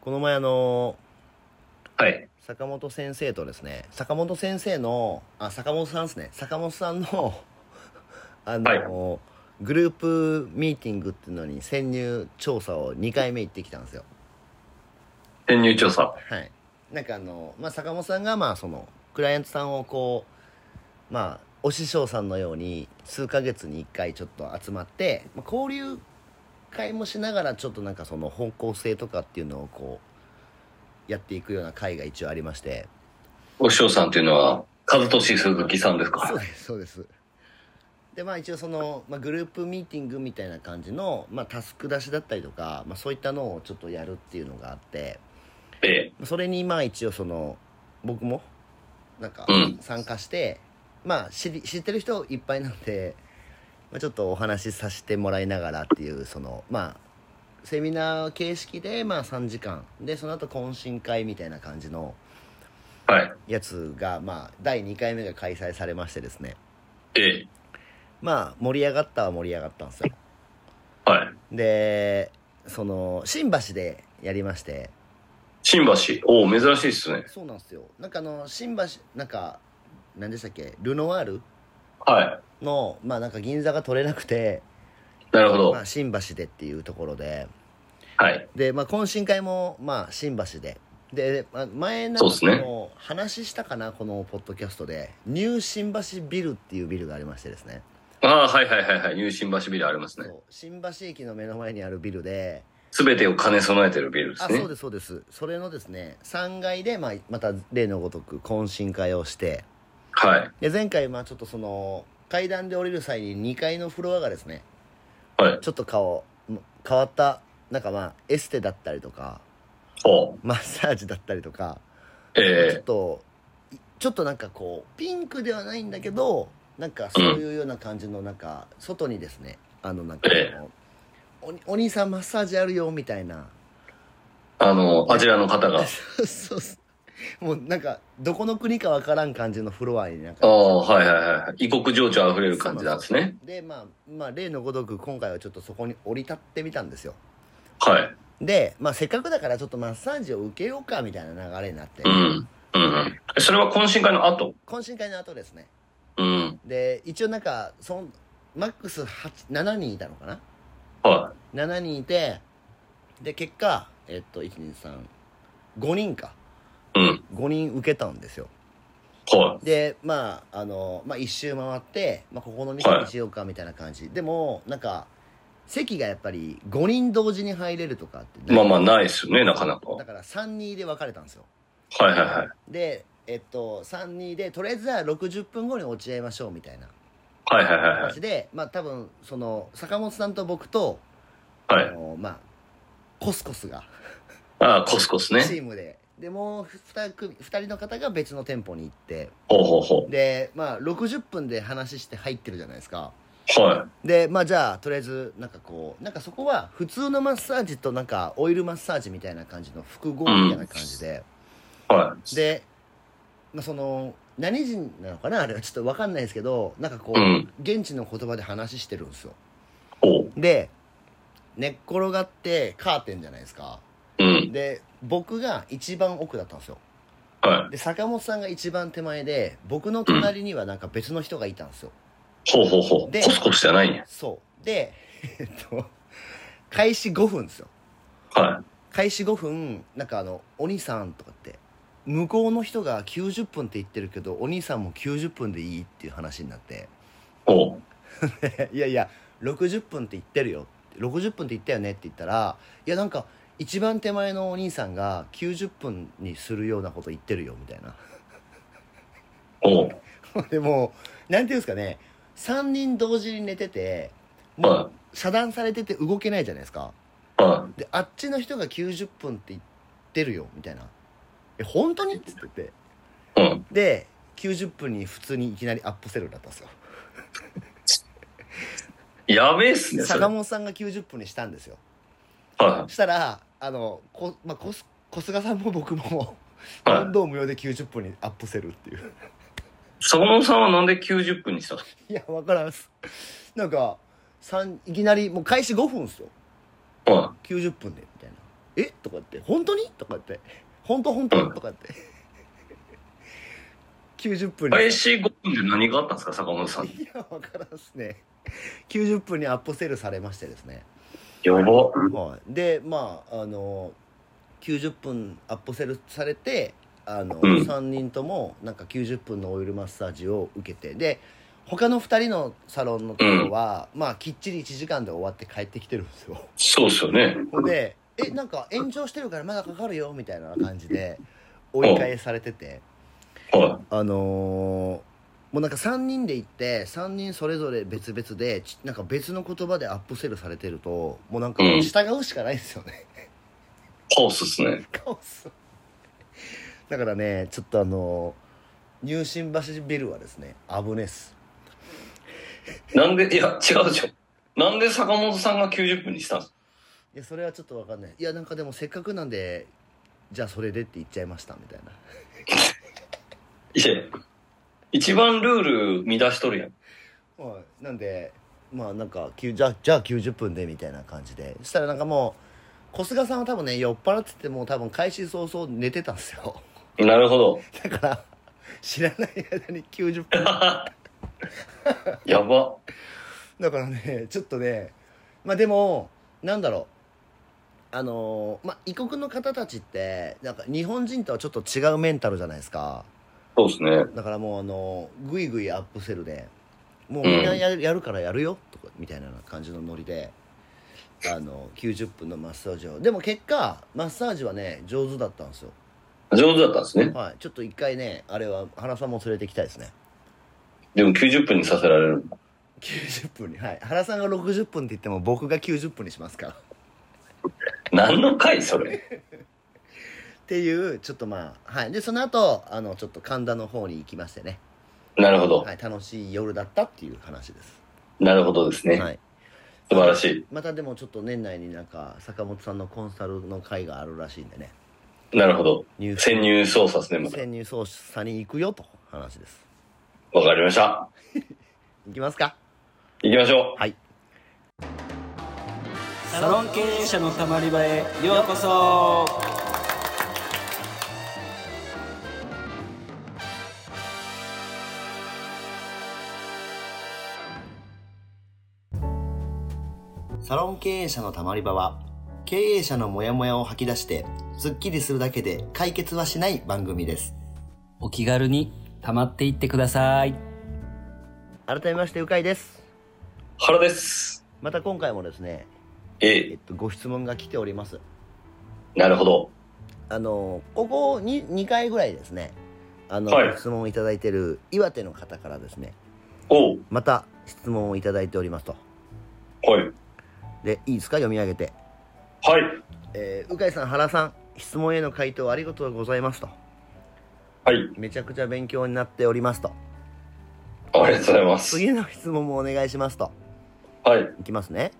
この前あのはい。坂本先生とですね坂本先生のあ坂本さんですね坂本さんの あの、グループミーティングっていうのに潜入調査を2回目行ってきたんですよ潜入調査。はいなんかあの、まあ、坂本さんがまあそのクライアントさんをこうまあお師匠さんのように数ヶ月に1回ちょっと集まって、まあ、交流会もしながらちょっとなんかその方向性とかっていうのをこうやっていくような会が一応ありましてお師匠さんというのは、和俊鈴木さんですそうかですそうですでまあ一応その、まあ、グループミーティングみたいな感じの、まあ、タスク出しだったりとか、まあ、そういったのをちょっとやるっていうのがあってええ。それにまあ一応その僕もなんかうん参加して、まあ知り知ってる人いっぱいなんで、まあ、ちょっとお話しさせてもらいながらっていうそのまあセミナー形式でまあ3時間でその後懇親会みたいな感じのはい。やつがまあ第2回目が開催されましてですねええ。まあ盛り上がったは盛り上がったんですよはい。でその新橋でやりまして新橋。おお、珍しいっすね。そうなんですよなんかあの新橋なんか何でしたっけルノワールはのまあなんか銀座が取れなくて、い。なるほどまあ、。新橋でっていうところではい。でまあ懇親会もまあ新橋でで、まあ、前なんかそうっすねこの話したかなこのポッドキャストでニュー新橋ビルっていうビルがありましてですねああ、はいはいはいはい。ニュー新橋ビルありますねそ。う新橋駅の目の前にあるビルですべてを兼ね備えてるビルであすそうね。ですそうですそれのですね3階で、まあ、また例のごとく懇親会をしてはい。で前回まあちょっとその階段で降りる際に2階のフロアがですねはい。ちょっと顔も変わったなんかまあエステだったりとかおうマッサージだったりとか、ちょえっといちょっとなんかこうピンクではないんだけどなんかそういうような感じのなんか外にですねあのなんかええあのおにお兄さんマッサージあるよみたいなえあの、あちらの方が。そう そうそうもうなんかどこの国かわからん感じのフロアになんあかあ、はいはいはい。異国情緒あふれる感じなんですね。でまあまあ例のごとく今回はちょっとそこに降り立ってみたんですよはい。でまあせっかくだからちょっとマッサージを受けようかみたいな流れになって、うん。うんうん。えそれは懇親会の後懇親会の後ですねうん。で一応なんかそんマックス8 7人いたのかなは7人いてで結果えっと1235人かい。うん。 5人受けたんですよはでまああの、まあ、1周回って、まあ、ここの店にしようかみたいな感じ、でもなんか席がやっぱり5人同時に入れるとかってい。まあまあ、ないっすよね、なかなか。だから32で分かれたんですよはいはいはい。でえっと32でとりあえずは60分後に落ち合いましょうみたいなはいはいはいはい話で、まあ多分その坂本さんと僕と、はいあ。のまあコスコスがああ、コスコスチね。ームで、でもう 2, 組2人の方が別の店舗に行ってほうほうほでまあ60分で話して入ってるじゃないですかう。はでまあじゃあとりあえずなんかこうなんかそこは普通のマッサージとなんかオイルマッサージみたいな感じの複合みたいな感じで、い。はで、まあ、その何人なのかなあれはちょっと分かんないですけどなんかこい。う、うん。現地の言葉で話してるんですよほう。で寝っ転がってカーテンじゃないですかうん。で僕が一番奥だったんですよはで坂本さんが一番手前で僕の隣にはなんか別の人がいたんですよい。ほうほうほう。でコスコスじゃないんや。そうで えっと開始5分ですよは開始5分なんかあの「お兄さん」とかって向こうの人が90分って言ってるけどお兄さんも90分でいいっていう話になって い。ほう。 「いやいや60分って言ってるよ」60分って言ったよねって言ったら「いやなんか一番手前のお兄さんが90分にするようなこと言ってるよ」みたいな ほう。でもうなんていうんですかね3人同時に寝ててもはう遮断されてて動けないじゃないですかはであっちの人が90分って言ってるよみたいな「え本当に?」っつっててい。うん。で90分に普通にいきなりアップセルになったんですよやべえっすね、それ。坂はい。本さんが90分にしたんですよはそしたらあのこ、まあ、こす小菅さんも僕もい問。答無用で90分にアップセルっていう坂本さんはなんで90分にしたのいやわからんっすなんか三いきなりもう開始5分っすよは90分でみたいなえととかって、本当にとかって、本当本当とかって。90分に。開始5分で何があったんですか、坂本さん。いや、わからんっすね。90分にアップセルされましてですね。やば。はい、でまああの90分アップセルされてあの、うん3人ともなんか90分のオイルマッサージを受けてで他の2人のサロンのところは、まあきっちり1時間で終わって帰ってきてるんですよ そうっすよね。ほんで「えなんか延長してるからまだかかるよ」みたいな感じで追い返されててはあのーもうなんか3人で行って3人それぞれ別々でちなんか別の言葉でアップセルされてるともうなんかうん従うしかないですよねい。カオスっすね。カオスだからねちょっとあの入信橋ビルはですね危ねえっすなんで、いや、違うでしょ。なんで坂本さんが90分にしたんですかいやそれはちょっとわかんないいやなんかでもせっかくなんでじゃあそれでって言っちゃいましたみたいないや、一番ルール乱しとるやん。はいなんでまあなんかきゅうじゃあじゃあ90分でみたいな感じでそしたらなんかもう小菅さんは多分ね酔っ払っててもう多分開始早々寝てたんですよなるほど。だから知らない間に90分やば。だからね ちょっとねまあでもなんだろうあのーまあ異国の方たちってなんか日本人とはちょっと違うメンタルじゃないですかそうですね。だからもうあのーグイグイアップセルでもうみんなや,、やるからやるよとかみたいな感じのノリであのー90分のマッサージをでも結果マッサージはね上手だったんですよ上手だったんですね。はいちょっと一回ねあれは原さんも連れてきたいですねでも90分にさせられる。 90分にはい原さんが60分って言っても僕が90分にしますから何の回それ。っていうちょっとまあはいでその後あのちょっと神田の方に行きましてね、なるほど。はい、楽しい夜だったっていう話です、なるほどですね。はい、素晴らしい。またでもちょっと年内になんか坂本さんのコンサルの会があるらしいんでねなるほど。入潜入捜査ですね、また。潜入捜査に行くよと話ですわかりました。行きますか行きましょはいサロン経営者のたまり場へようこそサロン経営者のたまり場は経営者のモヤモヤを吐き出してスッキリするだけで解決はしない番組ですお気軽にたまっていってください改めましてうかいですう。原です。また今回もですね、えええ、っと、ご質問が来ておりますなるほど。あのここに2回ぐらいですねあの、はい質問をいただいてる岩手の方からですねおう。また質問をいただいておりますとはい。でいいですか読み上げてはい。えー、鵜飼さん原さん質問への回答ありがとうございますとはい。めちゃくちゃ勉強になっておりますとありがとうございます。次の質問もお願いしますとはい。いきますね、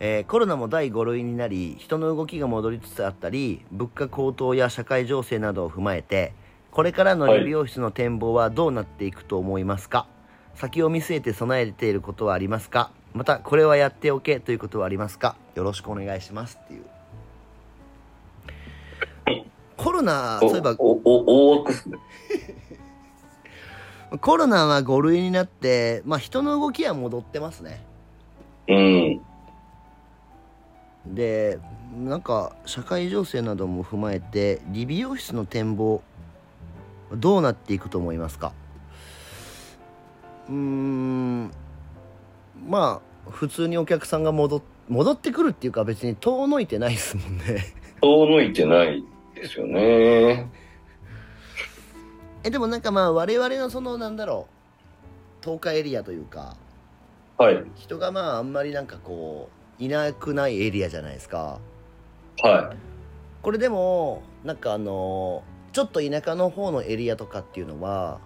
えーコロナも第5類になり人の動きが戻りつつあったり物価高騰や社会情勢などを踏まえてこれからの理美容室の展望はどうなっていくと思いますか、先を見据えて備えていることはありますかまたこれはやっておけということはありますかよろしくお願いしますっていうコロナおそういえばお、お、大枠っすね。コロナは5類になってまあ人の動きは戻ってますねうん。でなんか社会情勢なども踏まえて理美容室の展望どうなっていくと思いますかうーんまあ普通にお客さんが戻っ戻ってくるっていうか別に遠のいてないですもんね 遠のいてないですよね。えでもなんかまあ我々のそのなんだろう東海エリアというかはい。人がまああんまりなんかこういなくないエリアじゃないですかは。これでもなんかあのちょっと田舎の方のエリアとかっていうのは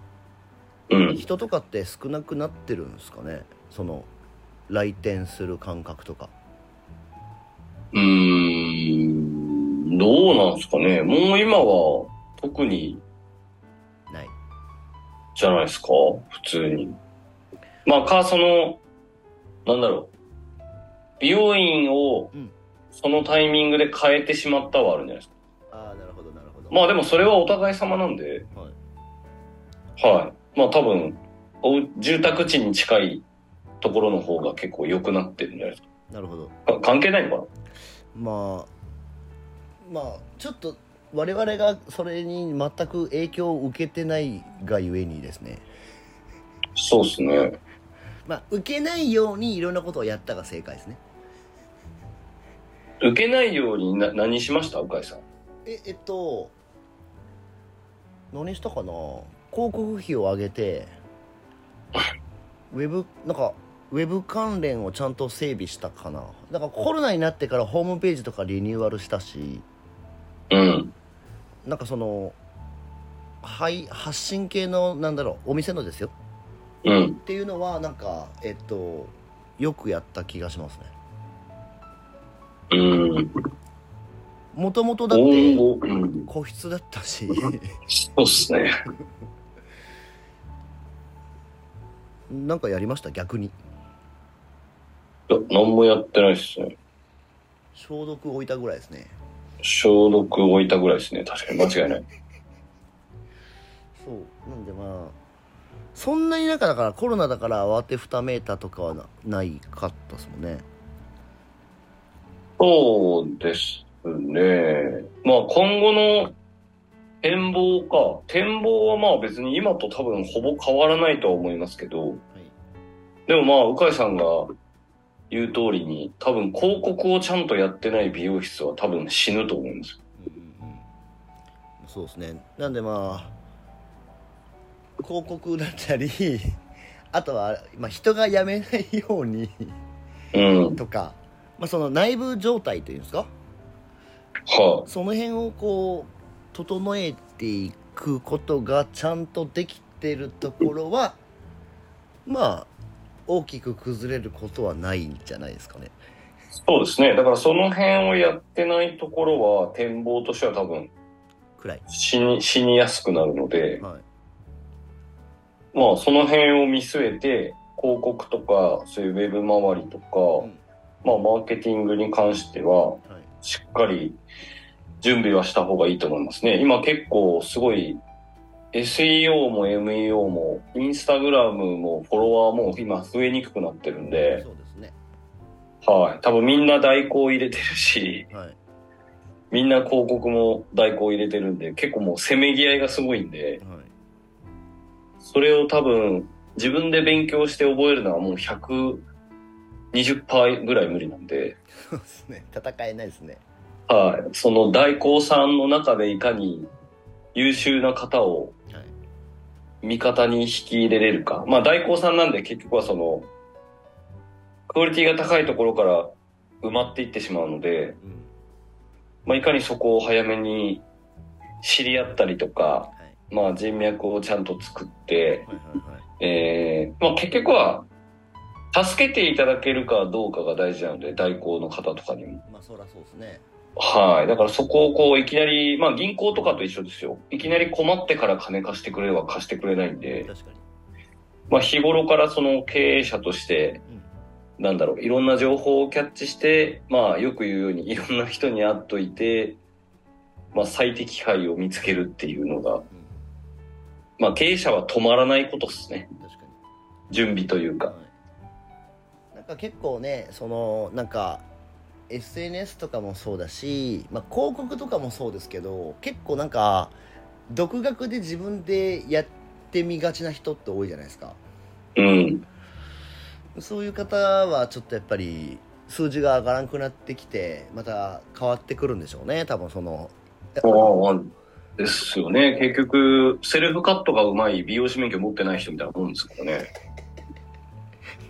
いうん。人とかって少なくなってるんですかねその来店する感覚とかうーん。どうなんですかね。もう今は、特に、ないじゃないですか。普通に。まあ、か、その、なんだろう。美容院をうん、そのタイミングで変えてしまったはあるんじゃないですか。ああなるほどなるほどまあでもそれはお互い様なんで、。はいはい。まあ多分、お住宅地に近いところの方が結構良くなってるんじゃないですなるほどか。か関係ないのかまあまあちょっと我々がそれに全く影響を受けてないがゆえにですねなそうですね。まあ受けないようにいろんなことをやったが正解ですね受けないようにな何しましたうかいさん。ええっと何したかな広告費を上げてウェブなんかウェブ関連をちゃんと整備したかなだからコロナになってからホームページとかリニューアルしたしうん。なんかそのはい発信系のなんだろうお店のですようんっ。ていうのはなんかえっとよくやった気がしますねうん。もともとだっ今て後、うん。個室だったし そうですね。なんかやりました逆にいや、何もやってないですね。消毒置いたぐらいですね消毒を置いたぐらいですね。確かに間違いない。そうなんでまあそんなになんかだからコロナだから慌てふためいたとかはなないかったですもんねそうですね。まあ今後の展望か。展望はまあ別に今と多分ほぼ変わらないとは思いますけど、はいでもまあ、うかいさんが言う通りに、多分広告をちゃんとやってない美容室は多分死ぬと思うんですよ。うんうんうんそうですねなんでまあ広告だったり あとは、まあ、人が辞めないようにうん。とか、まあ、その内部状態というんですかはその辺をこう整えていくことがちゃんとできてるところはまあ大きく崩れることはないんじゃないですかね。い。そうですね。だからその辺をやってないところは、展望としては多分くらい。死に、死にやすくなるので、はい、まあその辺を見据えて、広告とか、そういうウェブ周りとうか、んまあマーケティングに関しては、はいしっかり準備はした方がいいと思いますね。今結構すごい SEO も MEO もインスタグラムもフォロワーも今増えにくくなってるんで、そうですね。はい。多分みんな代行入れてるし、はい。みんな広告も代行入れてるんで、結構もうせめぎ合いがすごいんで、はい。それを多分自分で勉強して覚えるのはもう120%ぐらい無理なんで、そうですね。戦えないですね。はい。その代行さんの中でいかに優秀な方をはい。味方に引き入れれるか。まあ、代行さんなんで結局はその、クオリティが高いところから埋まっていってしまうのうで、ん。まあ、いかにそこを早めに知り合ったりとか、はい。まあ、人脈をちゃんと作って、はいはいはい。えー、まあ、結局は、助けていただけるかどうかが大事なので、代行の方とかにも。まあそりゃそうですね。はい。だからそこをこう、いきなり、まあ、銀行とかと一緒ですよ。いきなり困ってから金貸してくれれば貸してくれないんで、確かに。まあ、日頃からその経営者として、なんだろう、いろんな情報をキャッチして、まあ、よく言うように、いろんな人に会っといて、まあ、最適解を見つけるっていうのが、うまあ、経営者は止まらないことですね。ん。確かに。準備というか。はい、なんか結構ねそのなんか SNS とかもそうだし、まあ、広告とかもそうですけど結構なんか独学で自分でやってみがちな人って多いじゃないですかうん。そういう方はちょっとやっぱり数字が上がらなくなってきてまた変わってくるんでしょうね多分その ああ、ですよね。結局、セルフカットがうまい美容師免許持ってない人みたいなもんですからね。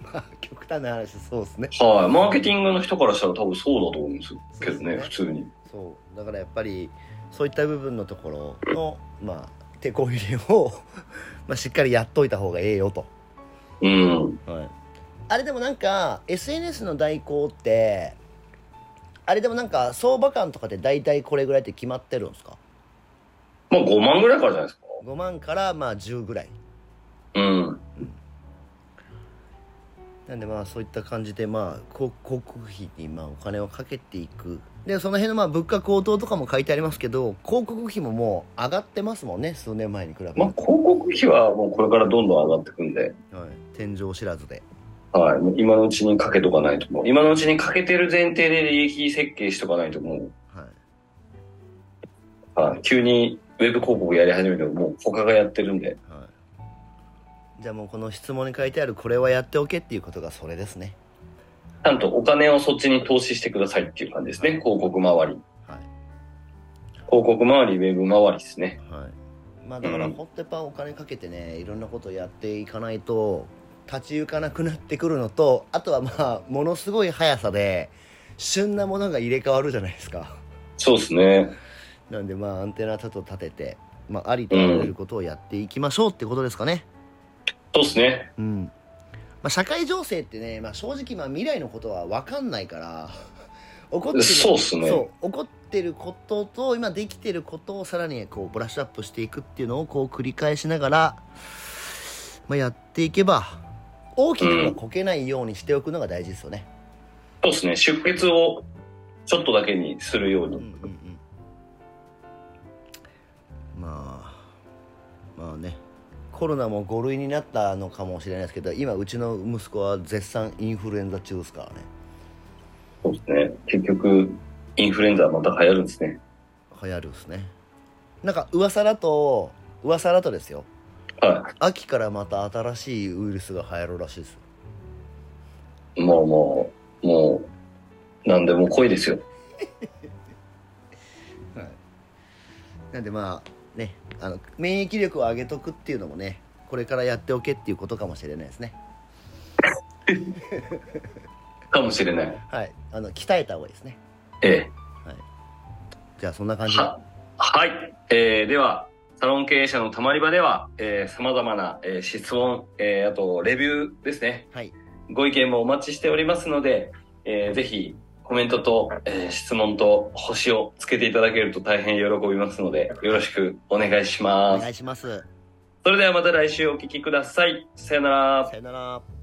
まあ極端な話そうですねはい。マーケティングの人からしたら多分そうだと思うんですけどそうね、ですね普通に。そうだからやっぱりそういった部分のところのまあ手こ入れを まあしっかりやっといた方がええよと、うん。あれでもなんか SNS の代行ってあれでもなんか相場感とかで大体これぐらいって決まってるんですかまあ、5万ぐらいからじゃないですか。 5万からまあ10ぐらいうん。なんでまあそういった感じでまあ広広告費にまあお金をかけていくでその辺のまあ物価高騰とかも書いてありますけど広告費ももう上がってますもんね数年前に比べて、まあ、広告費はもうこれからどんどん上がっていくんで、はい、天井知らずではい、もう今のうちにかけとかないともう、今のうちにかけてる前提で利益設計しとかないともう、はいはい、急にウェブ広告やり始めても、もう他がやってるんで、はいじゃあもうこの質問に書いてあるこれはやっておけっていうことがそれですねちゃんとお金をそっちに投資してくださいっていう感じですね。広告は周り。い広告周り、ウェブ周りですね。はい、まあだからうんほってぱお金かけてねいろんなことやっていかないと立ち行かなくなってくるのとあとはまあものすごい速さで旬なものが入れ替わるじゃないですかそうですね。なんでまあアンテナ立立てて、まあ、ありとあらゆることをやっていきましょうってことですかねそうですね。うん、まあ、社会情勢ってね、まあ、正直まあ未来のことは分かんないから 怒ってるそうっすねそう怒ってることと今できてることをさらにこうブラッシュアップしていくっていうのをこう繰り返しながら、まあ、やっていけば大きくはこけないようにしておくのが大事ですよね、そうですね。出血をちょっとだけにするよううんうに。んうん、まあまあねコロナも5類になったのかもしれないですけど今うちの息子は絶賛インフルエンザ中ですからねそうですね。結局、インフルエンザはまた流行るんですね。流行るんですねなんか噂だと噂だとですよは秋からまた新しいウイルスが流行るらしいですよい。もうもう、もう、なんでも濃いですよ。なんでまあねあの免疫力を上げとくっていうのもねこれからやっておけっていうことかもしれないですねかもしれない。はいあの鍛えた方がいいですねええ。じゃあそんな感じでは、はい。えーでは、サロン経営者のたまり場では、えー、様々な、えー質問、えーあと、レビューですね。はいご意見もお待ちしておりますので、えーぜひ、コメントと、えー質問と星をつけていただけると大変喜びますので、よろしくお願いしおま願いす。しますそれではまた来週お聞きください。さよなら。さよなら